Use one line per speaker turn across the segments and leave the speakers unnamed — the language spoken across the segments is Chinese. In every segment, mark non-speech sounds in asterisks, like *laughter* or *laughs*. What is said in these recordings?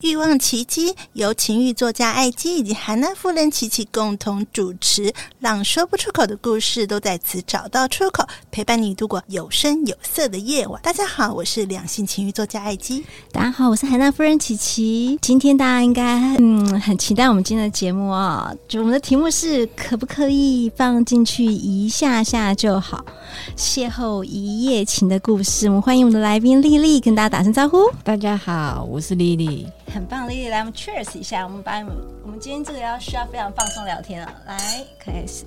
《欲望奇迹》由情欲作家艾姬以及韩娜夫人琪琪共同主持，让说不出口的故事都在此找到出口，陪伴你度过有声有色的夜晚。大家好，我是两性情欲作家艾姬。
大家好，我是海娜夫人琪琪。今天大家应该嗯很期待我们今天的节目哦。就我们的题目是可不可以放进去一下下就好，邂逅一夜情的故事。我们欢迎我们的来宾丽丽，跟大家打声招呼。
大家好，我是丽丽。
很棒，丽丽，来我们 cheers 一下，我们把你们，我们今天这个要需要非常放松聊天啊，来开始。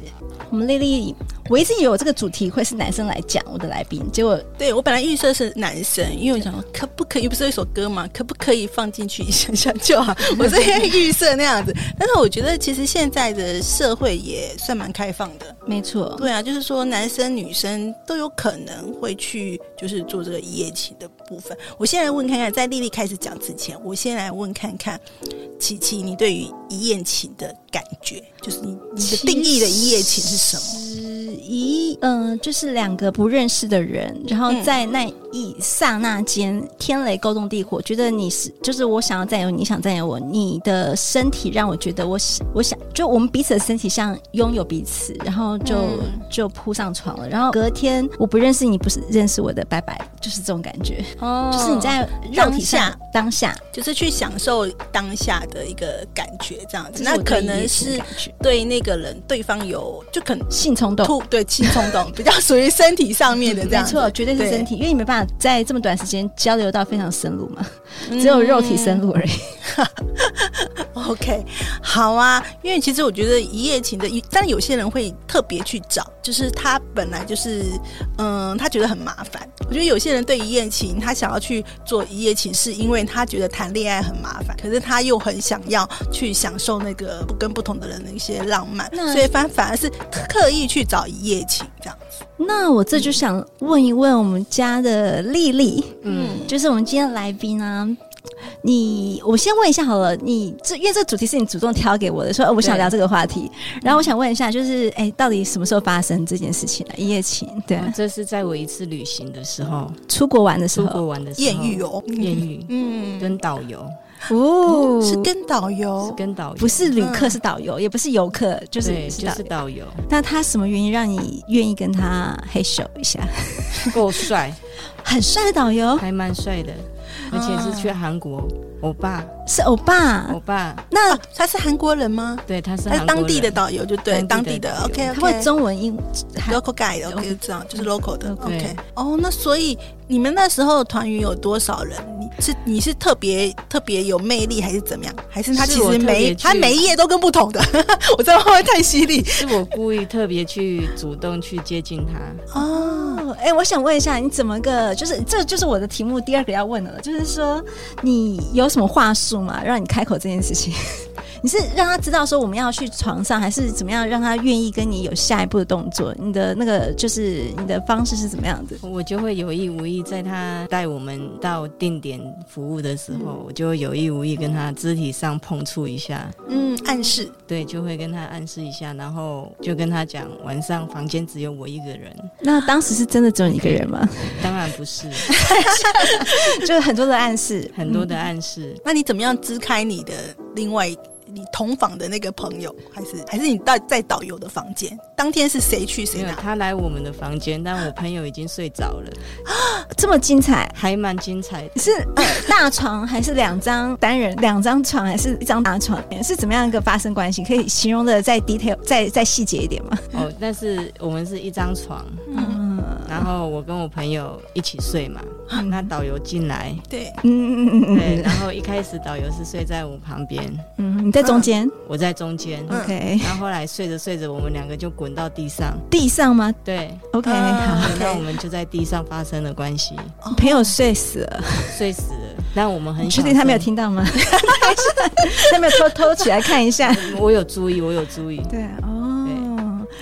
我们丽丽，我一直以为我这个主题会是男生来讲我的来宾，结果
对我本来预设是男生，因为我想说可不可以，不是有一首歌嘛，可不可以放进去一下下就好？我这边预设那样子，但是我觉得其实现在的社会也算蛮开放的。
没错，
对啊，就是说男生女生都有可能会去，就是做这个一夜情的部分。我先来问看看，在丽丽开始讲之前，我先来问看看琪琪，你对于一夜情的感觉，就是你你的定义的一夜情是什么？
么？一嗯、呃就是两个不认识的人，然后
嗯
在那一刹那间，天雷勾动地火，觉得你是就是我想要占有你，想占有我，你的身体让我觉得我喜我想就我们彼此的身体像拥有彼此，然后就、
嗯
就扑上床了，然后隔天我不认识你，不是认识我的，拜拜，就是这种感觉，
哦
就是你在肉体上当下，
就是去享受当下的一个感觉，这样子。
这是
那
我
可
对一
能
夜情的
是
感觉
对那个人，对方有就可能
性冲动。
突对性冲动，比较属于身体上面的这
没
样子。
错，绝对是
对
身体，因为你没办法在这么短时间交流到非常深入嘛，只有肉体深入而已。
OK，好啊，因为其实我觉得一夜情的，但有些人会特别去找，就是他本来就是，嗯，他觉得很麻烦。我觉得有些人对一夜情，他想要去做一夜情，是因为他觉得谈恋爱很麻烦，可是他又很想要去享受那个不跟不同的人的一些浪漫
那，
所以反反而是刻意去找一夜情这样子。
那我这就想问一问我们家的丽丽，
嗯，
就是我们今天的来宾啊。你，我先问一下好了，你这因为这个主题是你主动挑给我的，说、呃、我想聊这个话题，然后我想问一下，就是哎、到底什么时候发生这件事情啊？一夜情，对啊、
这是在我一次旅行的时候，
出国玩的时
出
候，
国玩的时候，
艳遇哦，
艳遇
嗯，
跟导游，
哦，
是跟导游
是跟导游
不是旅客
嗯
是导游，也不是游客，就是
对，
是
就
导
是
游。
导游，
那他什么原因让你愿意跟他嘿咻一下？ *laughs*
够帅，
很帅的导
哦
游
还蛮帅的，而且是去韩国，欧巴，
是欧巴，
欧巴，
那
啊，他是韩国人吗？
对，他是
他是
韩国
当地的
人，
导游，就对，当
当
地
地的
的
导游
OK，
他会中文英
*laughs*
韩
local guide OK 这样就是 local 的
local
OK
对
哦，那所以你们那时候团员有多少人？你是你是特别特别有魅力还是怎么样？还是他其
是我
实
特别
每
去
他每一页都跟不同的？ *laughs* 我这样会不会太犀利
是我故意特别去主动去接近他，
哦，
哦，哎、我想问一下，你怎么个就是这就是我的题目第二个要问的了，就是说你有什么话术吗？让你开口这件事情， *laughs* 你是让他知道说我们要去床上，还是怎么样让他愿意跟你有下一步的动作？你的那个就是你的方式是怎么样子？
我就会有意无意在他带我们到定点服务的时候，我就会有意无意跟他肢体上碰触一下，
嗯，暗示
对，就会跟他暗示一下，然后就跟他讲晚上房间只有我一个人，
那当时是真的只有你一个人吗？
当然不是
就是很多的暗示，
很多的暗示，
*laughs*
那你怎么样支开你的另外你同房的那个朋友，还是还是你到在导游的房间？当天是谁去谁
没有，
拿？
他来我们的房间，但我朋友已经睡着了，
嗯这么精彩。
还蛮精彩的。
是呃大床还是两张单人两张床还是一张大床？是怎么样一个发生关系？可以形容的再 detail 再再细节一点吗？
哦，但是我们是一张床，
嗯
然后我跟我朋友一起睡嘛，那导游进来，
对，
嗯嗯嗯嗯
对，
嗯
然后一开始导游是睡在我旁边，
嗯，你在中间、
我在中间，
嗯
o k
然后后来睡着睡着，我们两个就滚到地上，
地上吗
对，
？OK，、
啊
好，
OK
那我们就在地上发生了关系，
哦
朋友睡死了，
睡死了。但我们很
你确定他没有
小声，
听到吗？他没有偷偷起来看一下？
*laughs* 我有注意，我有注意。
对哦，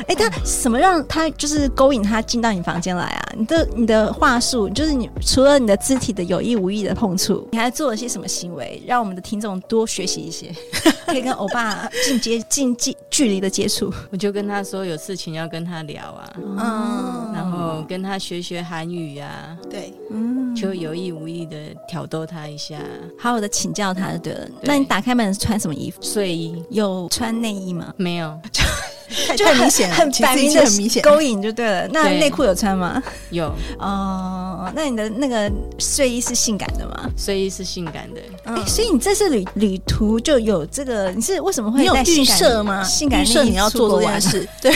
哎、他什么让他就是勾引他进到你房间来啊？你的你的话术就是你除了你的肢体的有意无意的碰触，你还做了些什么行为，让我们的听众多学习一些， *laughs* 可以跟欧巴近接近近距离的接触？
我就跟他说有事情要跟他聊啊，
嗯
然后跟他学学韩语啊，
对，
嗯，
就有意无意的挑逗他一下。
好好的请教他就对了。那你打开门穿什么衣服？
睡衣
有穿内衣吗？
没有，
太太明显了，
很
其
摆
实已
明
经
的
很明显了。
勾引就对了。那
对
内裤有穿吗？
有
哦，那你的那个睡衣是性感的吗？
睡衣是性感的，
嗯
哎、所以你这次旅旅途就有这个，你是为什么会
你有
带性
预
感
设吗？
性感
预设
内衣
你要
出
做
国
这件 *laughs*
玩
事，对，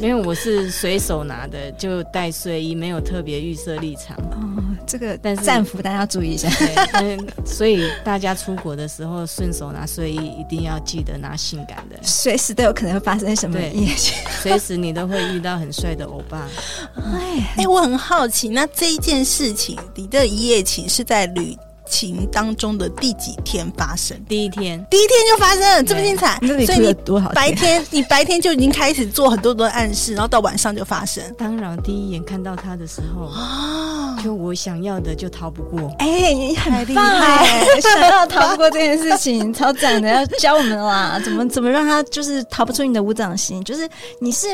因为我是随手拿的，就带睡衣，没有特别预设立场。
哦，这个
但是
战服大家要注意一下。
对，嗯， *laughs* 所以大家出国的时候顺手拿睡衣，一定要记得拿性感的，
随时都有可能会发生什么
对
意外。
随时你都会遇到很帅的欧巴。
哎，
哎、我很好奇，那这一件事情，你的一夜情是在旅行当中的第几天发生？
第一天，
第一天就发生了，这么精彩，
你这里
所以
哭了
啊你
多少
白
天？
天你白天就已经开始做很多很多的暗示，然后到晚上就发生
当然第一眼看到他的时候，
哦，
就我想要的就逃不过。
哎，你很
厉
棒
害
哎！想到逃不过这件事情，超赞的，要教我们
*laughs*
啦！怎么怎么让他就是逃不出你的五掌心？就是你是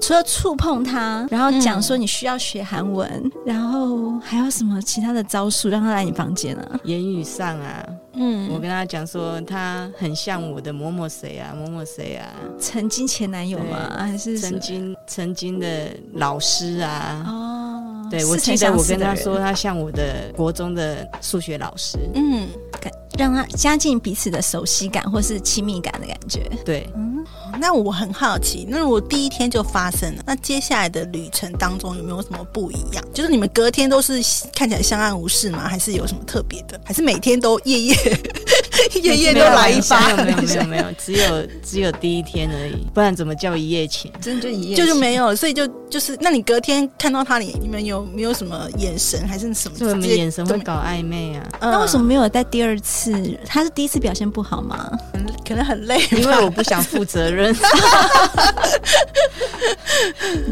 除了触碰他，然后
嗯
讲说你需要学韩文，然后还有什么其他的招数让他来你房间啊？
言语上啊，我
嗯，
跟他讲说他很像我的某某谁啊，某某谁啊，
曾经前男友吗？还是什
曾
么
经曾经的老师啊。
哦，
对，
似
我
曾
记得
相
我
识
跟
的
他
人
说，，他像我的国中的数学老师。
嗯，
让他加进彼此的熟悉感或是亲密感的感觉。
对，
那我很好奇，那我第一天就发生了，那接下来的旅程当中有没有什么不一样？就是你们隔天都是看起来相安无事吗？还是有什么特别的？还是每天都夜夜 *laughs* 夜夜都
没有
来一发？
没有没有没有没有，只有只有第一天而已，不然怎么叫一夜情？
真的就一夜
就是没有，所以就就是，那你隔天看到他，你你们有没有什么眼神还是什么？
就我们眼神
都
会
没
搞暧昧啊，
嗯
那为什么没有在第二次？他是第一次表现不好吗？
可能很累？
因为我不想负责任，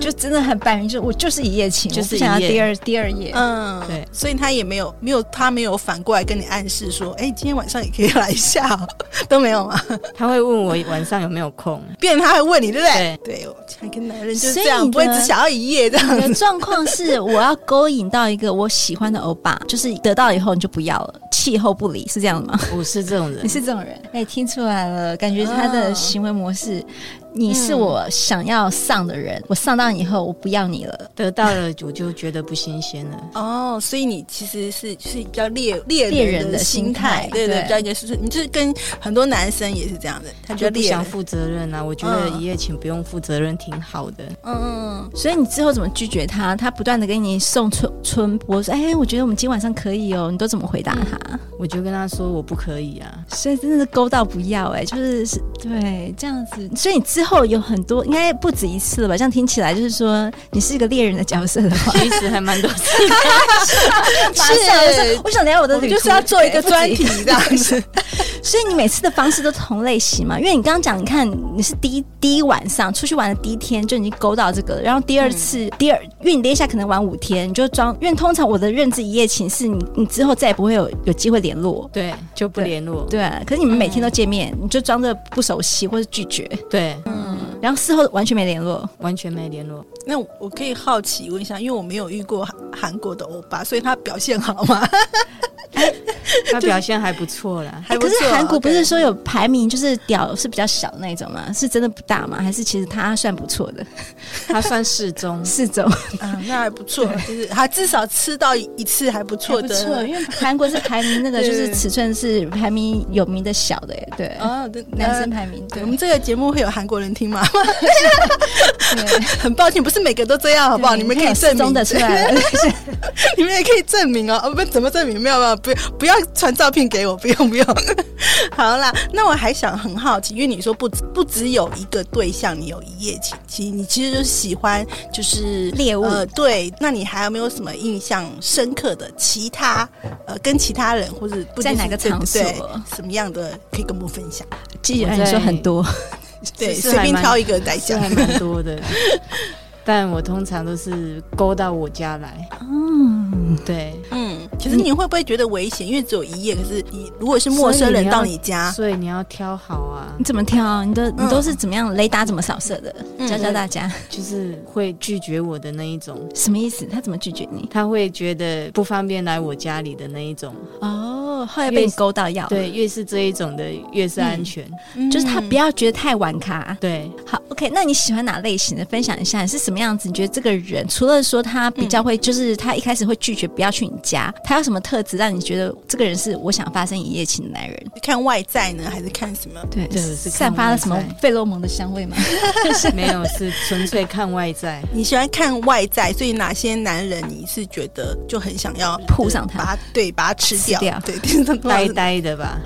就真的很摆明，就我就是一夜情，
就是
我不想要
一夜
第二第二夜。
嗯，
对
所以他也没有没有他没有反过来跟你暗示说，哎、今天晚上也可以来一下、哦， *laughs* 都没有嘛？
他会问我晚上有没有空，
变成他会问你，对不对？对，我想跟男人就是这样，
所以你的
不会只想要一夜这样
你的
*laughs* 子。
状况是，我要勾引到一个我喜欢的欧巴，就是得到以后你就不要了，弃后不理，是这样的吗？
我是这种人
你，是这种人，嗯哎、听出来了，感觉他
哦
的行为模式，你是我想要上的人，我上当以后我不要你了，
得到了我就觉得不新鲜了。
哦，所以你其实是就是比较猎猎
猎
人
人的
心
心态
对对，
对
比较就是你就是跟很多男生也是这样的，他比较
就不
猎人
想，负责任啊！我觉得
嗯
一夜情不用负责任挺好的，
嗯
所以你之后怎么拒绝他？他不断的给你送春春波说，哎、我觉得我们今晚上可以哦，你都怎么回答他？
我就跟他说我不可以啊。
*laughs*
所以真的是勾到不要、哎，就是是对这样子，所以你之后有很多，应该不止一次了吧？这样听起来就是说，你是一个猎人的角色的 *laughs* 话，
其实还蛮多
*laughs*
次，
是
是，我想聊我的
嗯，
旅途，
就是要做一个
哎不止
专
次
题这样
*laughs*
子。
所以你每次的方式都同类型嘛？因为你刚刚讲，你看你是第一第一晚上出去玩的第一天就已经勾到这个了，然后第二次、
嗯
第二，因为你连一下可能玩五天，你就装。因为通常我的认知一夜情是你你之后再也不会有有机会联络，
对，就不联络，
对、啊。可是你们每天都见面，
嗯
你就装着不熟悉或者拒绝，
对，
然后事后完全没联络。
完全没
*laughs*
联络。
那我我可
*laughs*
以好奇问一下，因为我没有遇过韩韩国的欧巴，所以他表现好吗？
他表现还不错啦。
还不
可
错。啊
是韩国不是
OK
说有排名，就是屌是比较小的那种吗？是真的不大吗？还是其实他算不错的
他算适中，
四种？
嗯，那还不错，就是还至少吃到一次还不错
不
的，
错，因为韩国是排名
*laughs*
那个就
对
是尺寸是排名有名的小的耶，对，
哦，对
男生。排名
呃
对
我们这个节目会有韩国人听吗？
对，
很抱歉，不是每个都这样，呃好不好？
对
你们可以证
还有适中
明
的出来了，
*laughs* 你们也可以证明哦。哦，不，怎么证明？没有没有，不不要传照片给我，不用不用。 *laughs* 好啦，那我还想很好奇，因为你说不不只有一个对象，你有一夜情，其实你其实就是喜欢就是
猎物
呃，对，那你还有没有什么印象深刻的其他呃跟其他人或者不一定
在哪
是
个
对
场
对
所
什么样的可以跟我们分享？
其实有人说很多，
*laughs* 对，
是
随
还
便
蛮
挑一个来
这
讲
还。蛮
*laughs*
多的。但我通常都是勾到我家来，
嗯，
对，
嗯，其实你会不会觉得危险？因为只有一夜，可是你如果是陌生
所以
人
你要
到你家，
所以你要挑好啊
你，怎么挑？你都你
嗯
都是怎么样？雷达怎么扫射的？
嗯
教教大家
就是会拒绝我的那一种，
什么意思？他怎么拒绝你？
他会觉得不方便来我家里的那一种。
哦，后来被你勾到要，
对，，越是这一种的，越是安全。
就是他
嗯
不要觉得太晚卡。
对，
好，OK，那你喜欢哪类型的？分享一下是什么样子？你觉得这个人除了说他比较
嗯
会，就是他一开始会拒绝不要去你家，他有什么特质让你觉得这个人是我想发生一夜情的男人？
看外在呢，还是看什么？
对
这个是看
散发了什么
外在
费洛蒙的香味 *laughs* 吗？
没有是纯粹看
*laughs*
外在。
你喜欢看外在，所以哪些男人你是觉得就很想要
扑上他
把他对，把他吃掉，
吃掉
对， *laughs* 就是这种
呆。呆的吧，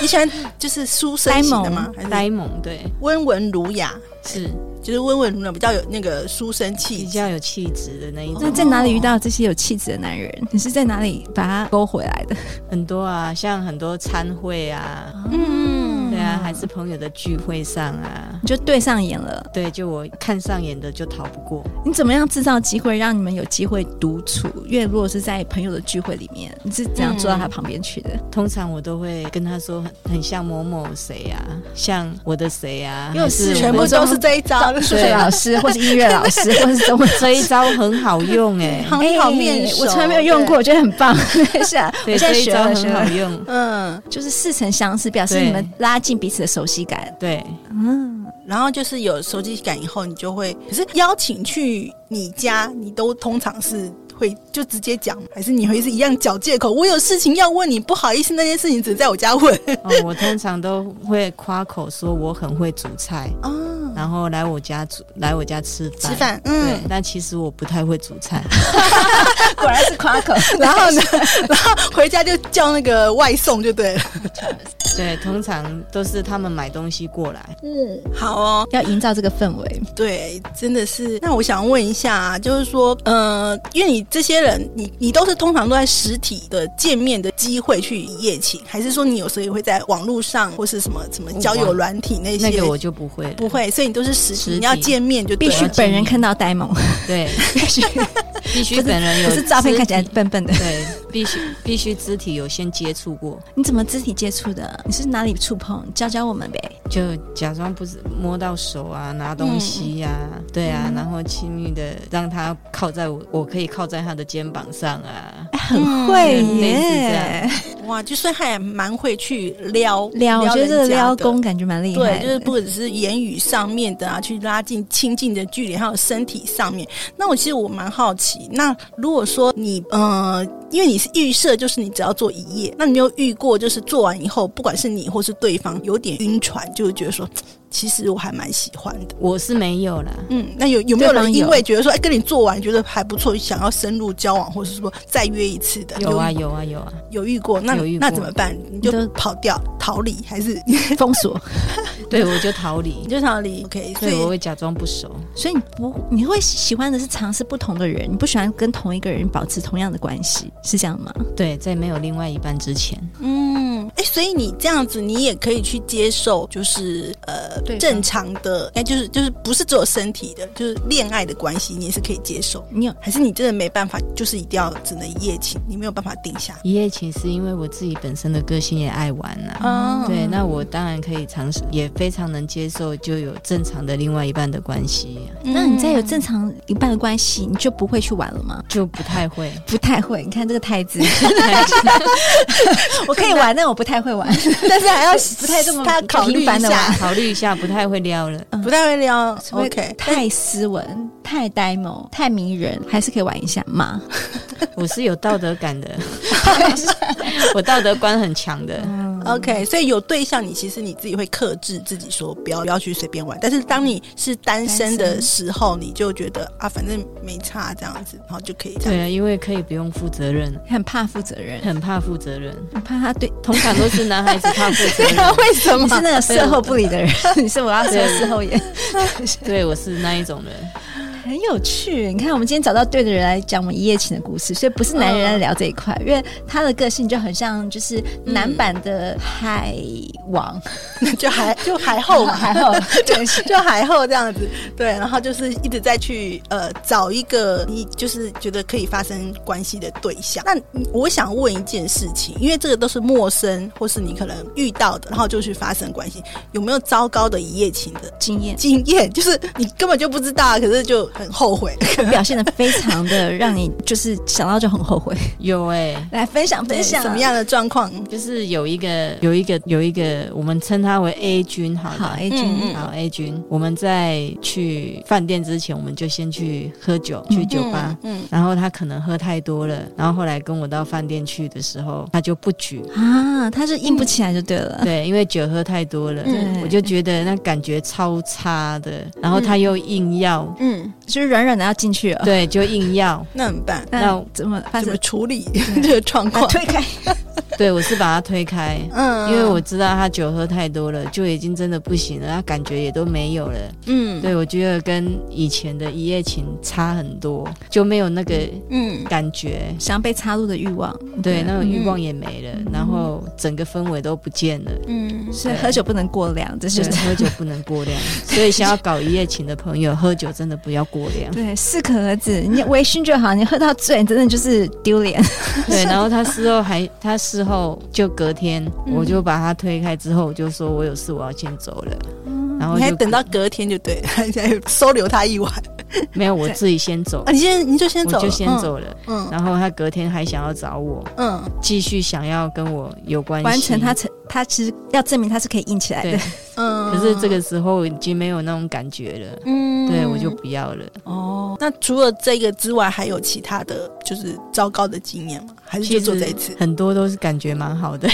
你喜欢就是书生型的吗？还是
呆萌，对，
温文儒雅？
是
就是温文儒雅，比较有那个书生气
比
质。
较有气质的那一
那
种，
在哪里遇到这些有气质的男人？你是在哪里把他勾回来的？
很多啊，像很多餐会啊，
嗯
对啊，还是朋友的聚会上啊，
你就对上眼了。
对，就我看上眼的就逃不过，
你怎么样制造机会让你们有机会独处？因为如果是在朋友的聚会里面，你是怎样坐到他旁边去的？
通常我都会跟他说很很像某某谁啊，像我的谁啊，
又
还是
是
全部
我的
都是这一招，
数学老师，或是音乐老 *laughs* 师，或是中文
这一招很好用哎、
好好面
欸
熟，
我从来没有用过，我觉得很 *laughs* 棒。是啊，我
*laughs* 对，
现在
这一
学
招
了学
很好
了，
用，
对。 *laughs* 嗯，
就是似曾相识，表示
对
你们拉近彼此的熟悉感。
对，
嗯，
然后就是有熟悉感以后，你就会。可是邀请去你家，你都通常是会就直接讲，还是你会是一样找借口？我有事情要问你，不好意思，那件事情只在我家
*laughs*
问。
哦，我通常都会夸口说我很会煮菜，
啊，
哦嗯
然后来我家煮，来我家吃饭，
吃饭，
对
嗯，，
但其实我不太会煮菜， *laughs*
果然是夸口。
*laughs* 然后呢，然后回家就叫那个外送就对了。
对，通常都是他们买东西过来。
嗯，
好哦，
要营造这个氛围。
对，真的是。那我想问一下、啊，就是说，呃，因为你这些人，你你都是通常都在实体的见面的机会去一夜情，还是说你有时候也会在网络上或是什么什么交友软体那些？
那个我就不会了，
不会，所以你都是实体，
实体
你要见面就对
必
了
须本人看到呆萌，
对，
*laughs* 必须
必须本人
*laughs*
有
不是照片看起来
肢体
笨笨的。
对，必须必须肢体有先接触过，
你怎么肢体接触的？你是哪里触碰？教教我们呗。
就假装不是摸到手啊，拿东西呀、对啊，然后亲密的让他靠在我，我可以靠在他的肩膀上啊，
哎，很会
嗯类似这
耶
样，
哇，就算还蛮会去撩
撩，我觉得这个
人家
撩
的
功感觉蛮厉害
对，
的。
就是不只是言语上面的啊，去拉近亲近的距离，还有身体上面。那我其实我蛮好奇，那如果说你呃，因为你是预设，就是你只要做一夜，那你有遇过就是做完以后，不管是你或是对方有点晕船，就会觉得说，其实我还蛮喜欢的。
我是没有啦，
嗯，那有有没有
对
人
方
因
有
为觉得说，哎，跟你做完觉得还不错，想要深入交往，或者是说再约一次的？
有啊，有啊有啊，
有遇过，那
有遇
那
过
怎么办？你就
你都
跑掉逃离，还是
*laughs* 封锁，
对我就逃离
你，就逃离？OK，所 *laughs*
对我
以
会假装不熟，
所以你不你会喜欢的是尝试不同的人，你不喜欢跟同一个人保持同样的关系，是这样吗？
对，在没有另外一半之前，
嗯，哎，所以你这样子，你也可以去接受，就是呃
对
正常的，哎，就是就是不是只有身体的，就是恋爱的关系，你也是可以接受。
你有
还是你真的没办法，就是一定要只能一夜情，你没有办法定下。
一夜情是因为我自己本身的个性也爱玩呐、
啊
哦
对，那我当然可以尝试，也非常能接受，就有正常的另外一半的关系，啊
嗯
那你在
*laughs*
有正常一半的关系，你就不会去玩了吗？
就不太会。
不太会，你看这个太子， *laughs* 我可以玩，但我不太会玩，但是还要 *laughs* 不太这么
他考虑一
频繁的
下
玩，
考虑一下，不太会撩了。
不太会
*laughs*
撩
是不是
，OK，
太斯文、太呆萌、太迷人，还是可以玩一下嘛？
我是有道德
*laughs*
感的，我道德观很强的。
OK，所以有对象，你其实你自己会克制自己，说不要不要去随便玩。但是当你是单身的时候，你就觉得啊，反正没差这样子，然后就可以这样。
对啊，因为可以不用负责任，
很怕负责任，
很怕负责任，
很怕他对。
通常都是男孩子怕负责任。
为什
你是那个事后不理的人，你是我要说
对
事后也
对， *laughs* 我是那一种人。
很有趣。你看，我们今天找到对的人来讲我们一夜情的故事，所以不是男人来聊这一块，因为他的个性就很像就是男版的海王，
*laughs* 就还就还后嘛， *laughs*
海后，对，
就还后这样 *laughs* 子。对，然后就是一直在去呃找一个你就是觉得可以发生关系的对象。那你我想问一件事情，因为这个都是陌生或是你可能遇到的，然后就去发生关系，有没有糟糕的一夜情的
经验
经验， *laughs* 就是你根本就不知道，可是就很后悔。
表现的非常的让你就是想到就很后悔。
有哎、
来分享分享
什么？样的状况？
就是有一个有一个有一个，我们称他为 A 君好了。
好，A
嗯
君，
嗯
好 A 君，我们在去饭店之前，我们就先去喝酒，去酒吧。
嗯，
然后他可能喝太多了，然后后来跟我到饭店去的时候，他就不举，
啊，他是硬不起来就对
*laughs*
了。
对，因为酒喝太多了，
嗯
我就觉得那感觉超差的。然后他又硬要，
嗯嗯，
就是软软的要进去了。
对，就
*laughs*
硬要。
那怎么办？
那
那
怎么发
怎
生
么？处理这个状
把
况？
推开，
对我是把他推开，
嗯
因为我知道他酒喝太多了，就已经真的不行了，他感觉也都没有了。
嗯
对我觉得跟以前的一夜情差很多，就没有那个
嗯
感觉。
想要被插入的欲望，
对，那种
嗯
欲望也没了，然后整个氛围都不见
*laughs*
了。
嗯
所以喝酒不能过量，这
就是是喝酒不能过量，所以想要搞一夜情的朋友，喝酒真的不要过量。
对适可而止。你微醺就好，你喝到醉，真的就是丢脸。
*laughs*
对，然后他事后还，他事后就隔天，
嗯
我就把他推开之后，我就说我有事，我要先走了。然后
嗯你还
就
等到隔天就对， *laughs* 还收留他一晚
没有，我自己先走
啊！，你先你就先
我
走了，
就先走了。
嗯，
然后他隔天还想要找我，
嗯嗯
继续想要跟我有关系，
完成他成，他其实要证明他是可以硬起来的
对。
嗯。
可是这个时候已经没有那种感觉了，
嗯
对我就不要了。
哦，
那除了这个之外，还有其他的就是糟糕的经验吗？还是就做这一次？
很多都是感觉蛮
*laughs*
好的，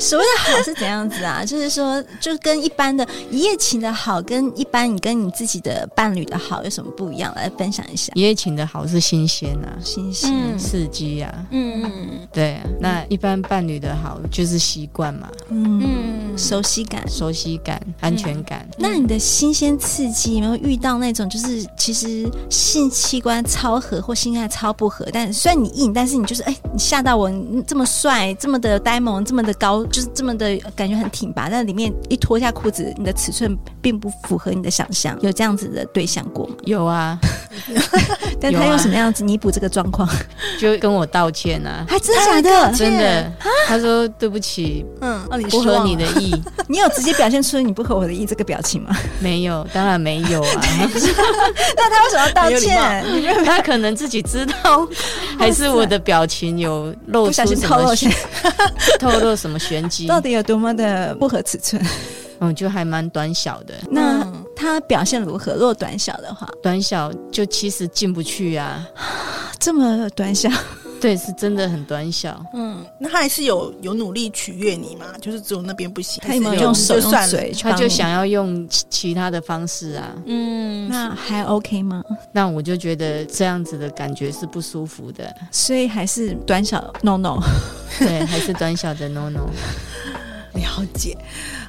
所谓的好 *laughs* 是怎样子啊？就是说，就跟一般的一夜情的好，跟一般你跟你自己的伴侣的好有什么不一样？来分享一下。
一夜情的好是新鲜啊，
新鲜，
嗯
刺激啊，
嗯嗯
对啊。那一般伴侣的好就是习惯嘛，
嗯，
嗯
熟悉感。
熟悉感、安全感。
那你的新鲜刺激有没有遇到那种就是其实性器官超合或性爱超不合？但虽然你硬，但是你就是哎、你吓到我，你这么帅，这么的呆萌，这么的高，就是这么的感觉很挺拔，但里面一脱下裤子，你的尺寸并不符合你的想象。有这样子的对象过吗？*laughs*
有啊，
但
有啊
他用什么样子弥补这个状况？
就跟我道歉啊，
*laughs* 还真的假的？
真的。
啊
他说对不起，
嗯，哦，你
不
失
合
望
你
了
的
*laughs*
意，
你有直接表现出你不合我的意这个表情吗？
没有，当然没有啊。
*laughs* 那他为什么要道歉？你认为
他可能自己知道，还是我的表情有露
不小
出
心
什
透
么
露
玄 *laughs* 透露什么玄机？
到底有多么的不合尺寸？
嗯，就还蛮短小的，
那
嗯
他表现如何？若短小的话，
短小就其实进不去啊。
这么短小，
对，是真的很短小。
嗯，那他还是有有努力取悦你嘛？就是只有那边不行，
他有没
还
有
是
用手
就
用
算了？
嘴去
他
帮
嗯就
你？
想要用其其他的方式啊，
嗯
那还 OK 吗？
那我就觉得这样子的感觉是不舒服的。
所以还是短小 no no。
对，还是短小的 no no。
了解，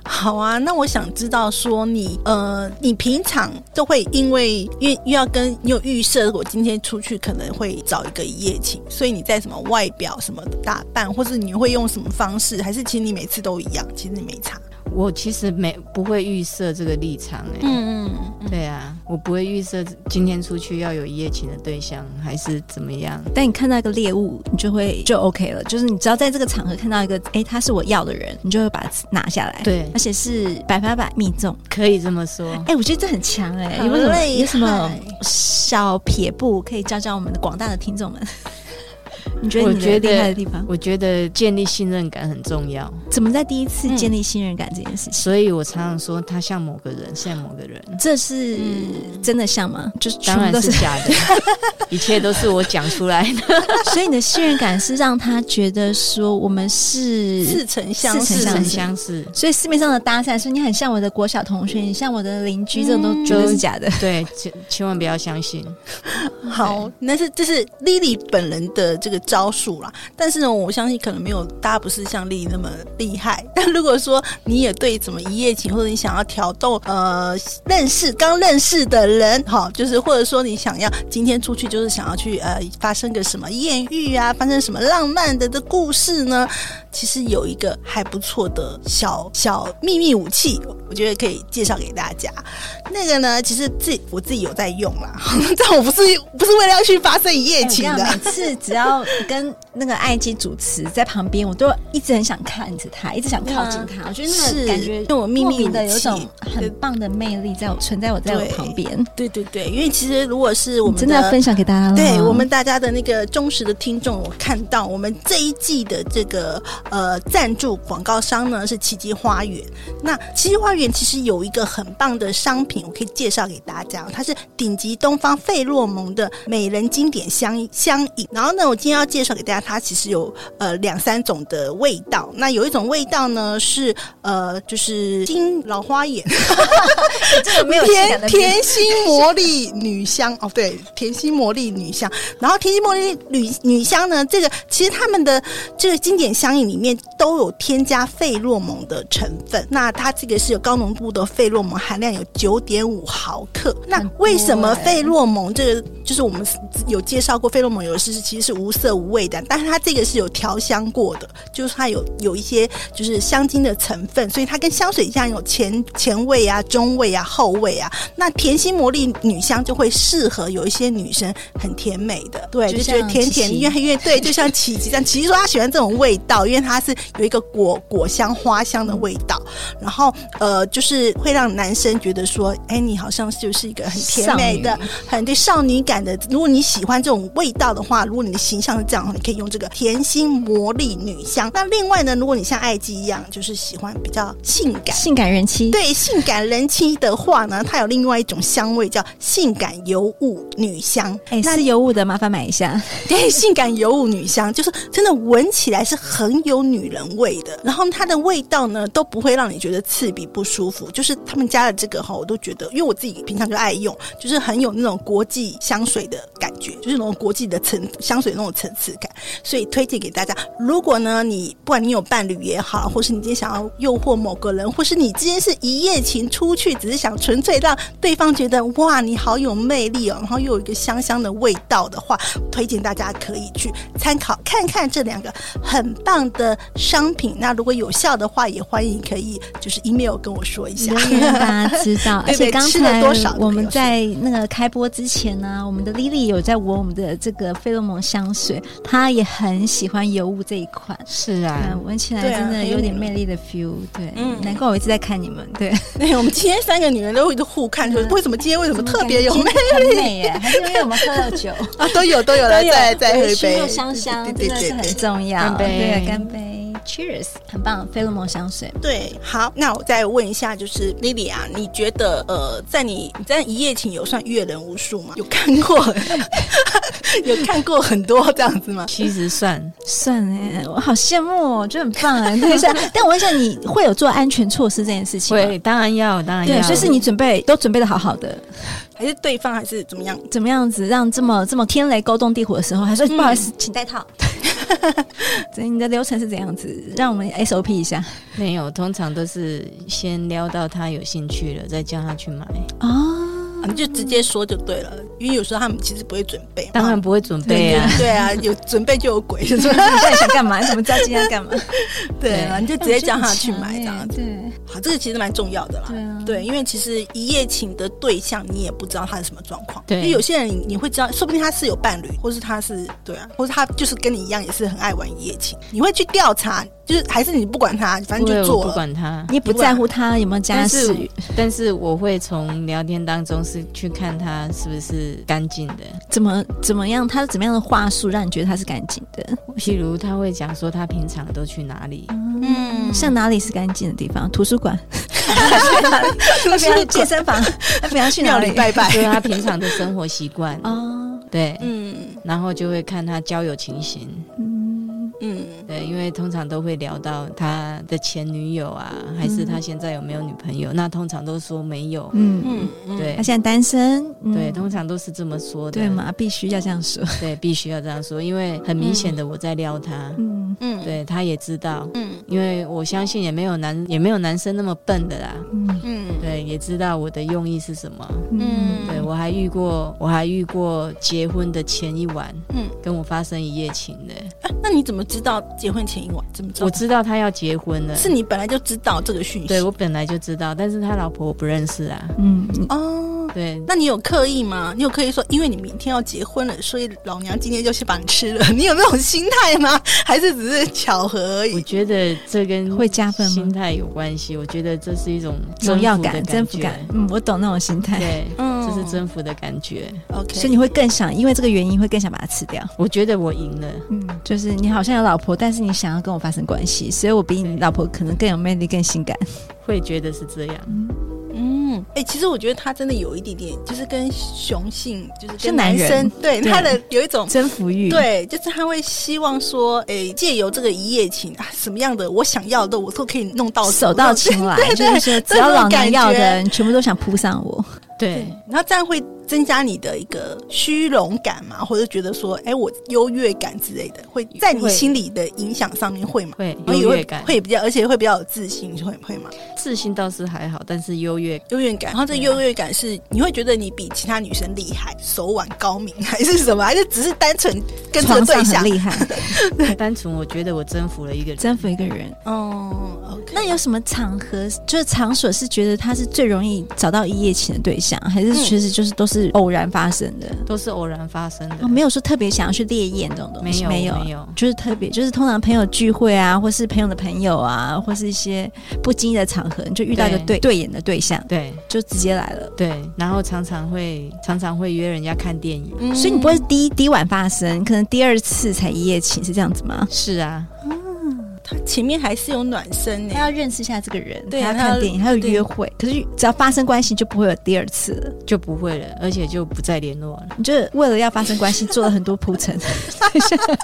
好啊。那我想知道说你呃，你平常都会因为因为因为要跟你有预设，我今天出去可能会找一个一夜情，所以你在什么外表、什么打扮，或是你会用什么方式，还是其实你每次都一样，其实你没差。
我其实没不会预设这个立场哎、
嗯嗯嗯，
对啊，我不会预设今天出去要有一夜情的对象还是怎么样。
但你看到一个猎物，你就会就 OK 了，就是你只要在这个场合看到一个，哎，他是我要的人，你就会把它拿下来，
对
而且是百分百命中。
可以这么说，
哎，我觉得这很强哎、
啊
好
有没有什么
厉害
有什么小撇步可以教教我们的广大的听众们？ *laughs* 你觉得
我
你的
觉得
厉害的地方，
我觉得建立信任感很重要，
怎么在第一次
嗯
建立信任感这件事情？
所以我常常说他像某个人，像某个人，
这是真的像吗？就是全
嗯当
部
然
都
是
是，
假的， *laughs* 一切都是我讲出来的。
所以你的信任感是让他觉得说我们 *laughs* 是
似曾相
嗯似
识
似
曾
曾
相
相识，
所以市面上的搭讪说你很像我的国小同学，你像我的邻居，这种都
嗯
绝对是假的。
对，千千万不要相信。
好，那是这是 Lily 本人的这个招数啦。但是呢，我相信可能没有大家不是像 Lily 那么厉害。 *laughs* 但如果说你也对怎么一夜情，或者你想要挑逗呃认识刚认识的人，哈，就是或者说你想要今天出去就是想要去呃发生个什么艳遇啊，发生什么浪漫的的故事呢？其实有一个还不错的小小秘密武器，我觉得可以介绍给大家。那个呢，其实自己我自己有在用啦， *laughs* 但我不是不是为了要去发生一夜情
哎我
的
跟你。讲每次只要跟那个爱姬主持在旁边，我都一直很想看着他，一直想靠近他。我觉得那
嗯是
个感觉
那种秘密
莫名的
武器
有一种很棒的魅力在我存在我在我
对
旁边。
对对对，因为其实如果是我们
真的要分享给大家了，
对我们大家的那个忠实的听众，我看到我们这一季的这个呃赞助广告商呢是奇迹花园。那奇迹花园其实有一个很棒的商品，我可以介绍给大家，它是顶级东方费洛蒙的美人经典香香饮。然后呢，我今天要介绍给大家，它其实有呃两三种的味道。那有一种味道呢是呃就是金老花眼。
这个没有性感
甜
的
甜心魔力女香哦，对，甜心魔力女香。然后甜心魔力女女香呢，这个其实他们的这个经典香饮里面都有添加费洛蒙的成分。那它这个是有高浓度的费洛蒙含量，有九点五毫克。那
很多
为什么
欸
费洛蒙这个就是我们有介绍过，费洛蒙有的是其实是无色无味的，但是它这个是有调香过的，就是它有有一些就是香精的成分，所以它跟香水一样有前前味啊、中味啊、后味啊。那甜心魔力女香就会适合有一些女生很甜美的，对，
就
就觉得
像
甜
琪
甜，
琪
因为因为对，就像奇迹这样，奇迹说她喜欢这种味道，因为它是有一个果果香、花香的味道，然后呃，就是会让男生觉得说，哎，你好像就是一个很甜美的
少、
很对少女感的。如果你喜欢这种味道的话，如果你的形象是这样的话，你可以用这个甜心魔力女香。那另外呢，如果你像艾姬一样，就是喜欢比较性感。
性感人妻，
对性感人妻的话呢，它有另外一种香味叫性感尤物女香。
哎，
那
是尤物的麻烦买一下。
*laughs* 对，性感尤物女香，就是真的闻起来是很有女人味的。然后它的味道呢，都不会让你觉得刺鼻不舒服。就是他们家的这个哈，我都觉得，因为我自己平常就爱用，就是很有那种国际香水的感觉，就是那种国际的层香水那种层次感。所以推荐给大家，如果呢，你不管你有伴侣也好，或是你今天想要诱惑某个人，或是你今天是一夜情出去，只是想纯粹让对方觉得哇，你好有魅力哦，然后又有一个香香的味道的话，推荐大家可以去参考看看这两个很棒的商品。那如果有效的话，也欢迎可以就是 email 跟我说一下。。
留言让大家知道
对
而且
对
刚
吃了
才
多少都没有
我们在那个开播之前呢，我们的 Lily 有在闻我们的这个费洛蒙香水，她也很喜欢尤物这一款。
是
啊
啊，，
闻起来
对啊
真的
很有
有点
女人
魅力的 feel，对，
嗯
难怪我一直在看你们，
*laughs*
对，
*laughs* 对，我们今天三个女人都一直互看，说哎为什么今天为什么特别有
怎
魅
么感觉很美耶，还是因为我们喝了酒，
*laughs* 啊？都 *laughs* 有都有了，
对
再再喝一
熏
杯
肉，香香，
对对
真的
对
是
对
很
对。
重要，
干杯
对，干杯，Cheers，很棒，费洛蒙香水。
对，好，那我再问一下，就是 Lily 啊，你觉得呃，在你你在一夜情有算阅人无数吗？有看过， *laughs* 有看过很多这样子吗？
其实算
算哎，我好羡慕、哦，就很棒哎。对，是啊但我问一下， *laughs* 你会有做安全措施这件事情吗？
会，当然要，当然要。
对，所以是你准备都准备的好好的，
还是对方还是怎么样？
怎么样子让这么这么天雷勾动地火的时候，还说、不好意思，请戴套， *laughs* 所以你的流程是怎样子？让我们 SOP 一下
没有，通常都是先撩到他有兴趣了，再叫他去买。
哦。
你就直接说就对了，因为有时候他们其实不会准备嘛。
当然不会准备啊，
对啊，有准备就有鬼，
*laughs*
是
你
吧？
到底想干嘛？你怎么知道今天要干嘛？
对啊，你就直接叫他去买这样子。
对
好，这个其实蛮重要的啦。
对
嗯
啊，
对，因为其实一夜情的对象你也不知道他是什么状况，
对
因为有些人你你会知道，说不定他是有伴侣，或是他是对啊，或是他就是跟你一样也是很爱玩一夜情，你会去调查，就是还是你不管他，反正
对
就
我
做
不
了。
管他。
你也不在乎他有没有家
但
室
是，但是我会从聊天当中是去看他是不是干净的，
怎么怎么样，他怎么样的话术让你觉得他是干净的？
譬如他会讲说他平常都去哪里，
嗯
像哪里是干净的地方？图书馆，要不要去健身房？要不要去
庙
哪
里
里？
拜拜，
*laughs* 就是他啊平常的生活习
*laughs*
惯，
哦，
对，
嗯
然后就会看他交友情形，
嗯，
嗯
对，因为通常都会聊到他的前女友啊，
嗯
还是他现在有没有女朋友，那通常都说没有，
嗯，
嗯嗯，
对
他现在单身，嗯
对，通常都是这么说的，
对？嘛，必须要这样说，
对，必须要这样说，因为很明显的我在撩他，
嗯
嗯
对，他也知道，
嗯
因为我相信也没有男也没有男生那么笨的啦，
嗯
嗯
对，也知道我的用意是什么。
嗯
对我还遇过，我还遇过结婚的前一晚，
嗯
嗯，跟我发生一夜情的，
啊那你怎么知道结婚前一晚？怎么知
我
道？
知道他要结婚了，
是你本来就知道这个讯息，
对我本来就知道，但是他老婆我不认识啊，
嗯嗯
哦。
对，
那你有刻意吗？你有刻意说，因为你明天要结婚了，所以老娘今天就先把你吃了？你有那种心态吗？ *laughs* 还是只是巧合而
我
已？
觉得这跟
会加分吗
心态有关系，我觉得这是一种
荣
征
耀
服的
感、征服
觉
感，，嗯，我懂那种心态，
对，
嗯
这是征服的感觉，
OK，
所以你会更想，因为这个原因会更想把它吃掉。
我觉得我赢了，
嗯，就是你好像有老婆，但是你想要跟我发生关系，所以我比你老婆可能更有魅力、更性感。
会觉得是这样，
嗯，哎、其实我觉得他真的有一点点，就是跟雄性，就是
是
跟
男
男
人
生，对
对
他的有一种。
征服欲，，
哦对，就是他会希望说，哎，借由这个一夜情啊，什么样的我想要的，我都可以弄到
手到擒来，
哦对对
就是说只要老娘要的
这种
人，全部都想扑上我。
对。
然后这样会增加你的一个虚荣感嘛，或者觉得说，哎，我优越感之类的，会在你
会
心里的影响上面会吗？
会
然后也
优
会
越感
会比较，而且会比较有自信，会会吗？
自信倒是还好，但是优越
优越感，然后这
对啊
优越感是你会觉得你比其他女生厉害，手腕高明，还是什么？还是只是单纯跟这个
床
对
上
象
很？厉害，
单纯，我觉得我征服了一个人。
征服一个人。
哦，OK，
那有什么场合，就是场所是觉得他是最容易找到一夜情的对象，还是其实就是都是偶然发生的？
都是偶然发生的
哦，，没有说特别想要去烈焰这种东西，
没
有，
没有，
就是特别，就是通常朋友聚会啊，或是朋友的朋友啊，或是一些不经意的场合，你就遇到一个对
对
对眼的对象，
对
就直接来了。
对，然后常常会常常会约人家看电影，
嗯
所以你不会第一第一晚发生，可能第二次才一夜情，是这样子吗？
是啊，
他前面还是有暖身呢、 *laughs*
他要认识一下这个人，
对
他要
他
看
要
电影，他要
对
约会。可是只要发生关系，就不会有第二次了。
就不会了，而且就不再联络了，
你就是为了要发生关系，做了很多铺 *laughs* 陈，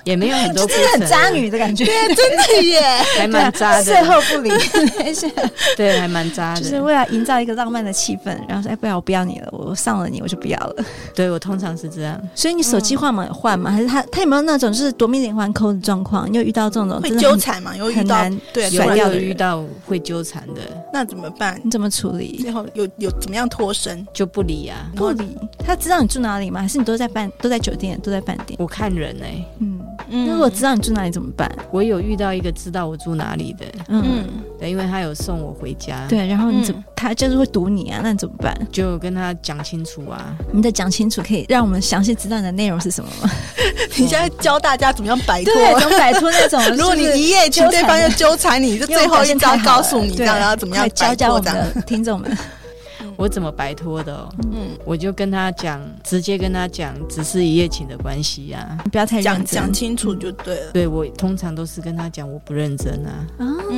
也没有很
*laughs*
多
就是很
过程
渣，女的感觉，
真的耶！
还蛮渣
对啊
的，
事后不理，
*laughs* 对，还蛮渣
啊就是
的。
为了营造一个浪漫的气氛，然后说：“哎，不要，我不要你了，我上了你，我就不要了。”
对我通常是这样，
所以你手机换吗？换吗？还是他他有没有那种就是夺命连环扣的状况？你有遇到这种
会
真的
纠
很
缠嘛？有遇
很
到
难
对
甩
有
掉
有啊
的人
遇到会纠缠的，
那怎么办？
你怎么处理？
最后有有怎么样脱身？
就不理啊。
不理他知道你住哪里吗？还是你都在饭都在酒店都在饭店？
我看人哎、
嗯，
嗯
那如果知道你住哪里怎么办？
我有遇到一个知道我住哪里的，
嗯，
嗯
对，因为他有送我回家，，
对，然后你怎么
嗯
他就是会堵你啊？那你怎么办？
就跟他讲清楚啊，
你得讲清楚，可以让我们详细知道你的内容是什么吗？
你现在教大家怎么样摆
*laughs*
脱？
怎么摆脱那 *laughs* 种
*laughs* 如果你一夜情，对方又纠缠你，
*laughs*
就最后一招告诉你，这样然后怎么样
教
摆
教
脱
我
这样？
们的听众们，
我怎么摆脱的、哦？
嗯，
我就跟他讲，直接跟他讲，只是一夜情的关系啊。
不要太
讲
认真
讲清楚就对了。
对我通常都是跟他讲我不认真啊，
啊，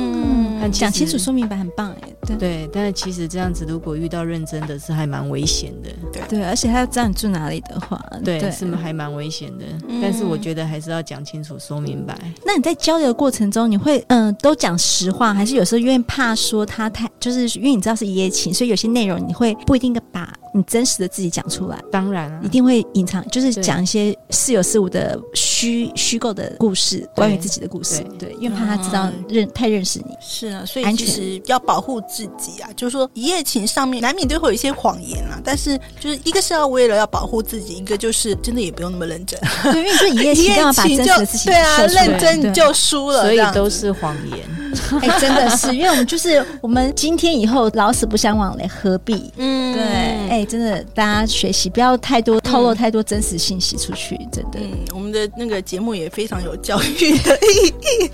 嗯
嗯，
但其实
讲清楚说明白很棒哎，对
对，但是其实这样子如果遇到认真的是还蛮危险的，
对，而且他要知道你住哪里的话，
对，是还蛮危险的。
嗯
但是我觉得还是要讲清楚说明白，
那你在交流的过程中，你会嗯、呃都讲实话，还是有时候因为怕说他太，就是因为你知道是一夜情，所以有些内容你会不一定的把你真实的自己讲出来，
嗯
当然啊
一，定会隐藏，就是
对
讲一些似有似无的虚虚构的故事，关于自己的故事，对，因为怕
嗯
他知道认太认识你，
是啊，所以
安
其
全
实要保护自己啊，就是说一夜情上面难免都会有一些谎言啊，但是就是一个是要为了要保护自己，一个就是真的也不用那么认真，
对，因为你说一夜情，干嘛把真
情
实
就
的事情
对啊，
说出来
认真
对
你就输了，
所以
这样
都是谎言。
*laughs*
哎、真的是，因为我们就是我们今天以后老死不相往来，何必？
嗯
对，哎、真的，大家学习不要太多透露太多真实信息出去，真的。
嗯，我们的那个节目也非常有教育的意义，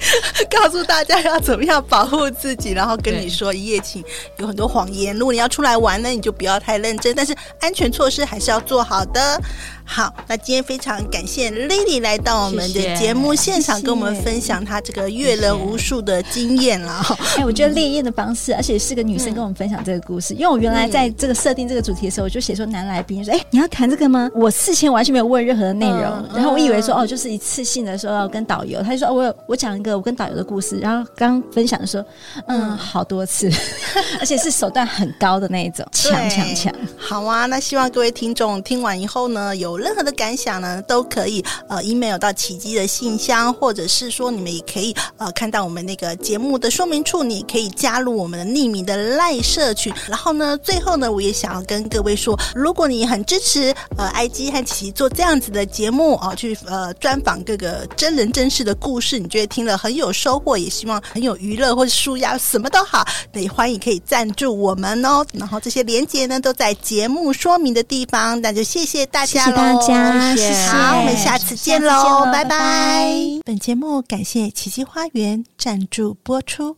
告诉大家要怎么样保护自己，然后跟你
对
说一夜情有很多谎言，如果你要出来玩呢，你就不要太认真，但是安全措施还是要做好的。好，那今天非常感谢 Lily 来到我们
谢
的
谢
节目现场，
谢谢
跟我们分享她这个阅人无数的经验啦。
哎、我觉得烈焰的方式，而且是个女生跟我们分享这个故事，因为我原来在这个设定这个主题的时候，我就写说男来宾就说，哎、你要谈这个吗？我事前完全没有问任何的内容，
嗯
然后我以为说
嗯
哦，就是一次性的说要跟导游，他就说、哦、我有我讲一个我跟导游的故事，然后刚分享的时候，嗯，好多次， *laughs* 而且是手段很高的那一种，强强
对
强。
好啊，那希望各位听众听完以后呢，有任何的感想呢，都可以呃 email 到奇迹的信箱，或者是说你们也可以呃看到我们那个节目的说明处，你也可以加入我们的匿名的赖社群。然后呢，最后呢，我也想要跟各位说，如果你很支持呃 IG 和奇奇做这样子的节目哦、去呃专访各个真人真事的故事，你觉得听了很有收获，也希望很有娱乐或者舒压，什么都好，那也欢迎可以赞助我们哦。然后这些连接呢都在节目说明的地方，那就谢谢大
谢
家
谢
喽，
大家，谢谢，
好，我们下次见
下次见
喽，
咯
拜
拜
拜
拜。
本节目感谢奇迹花园赞助播出。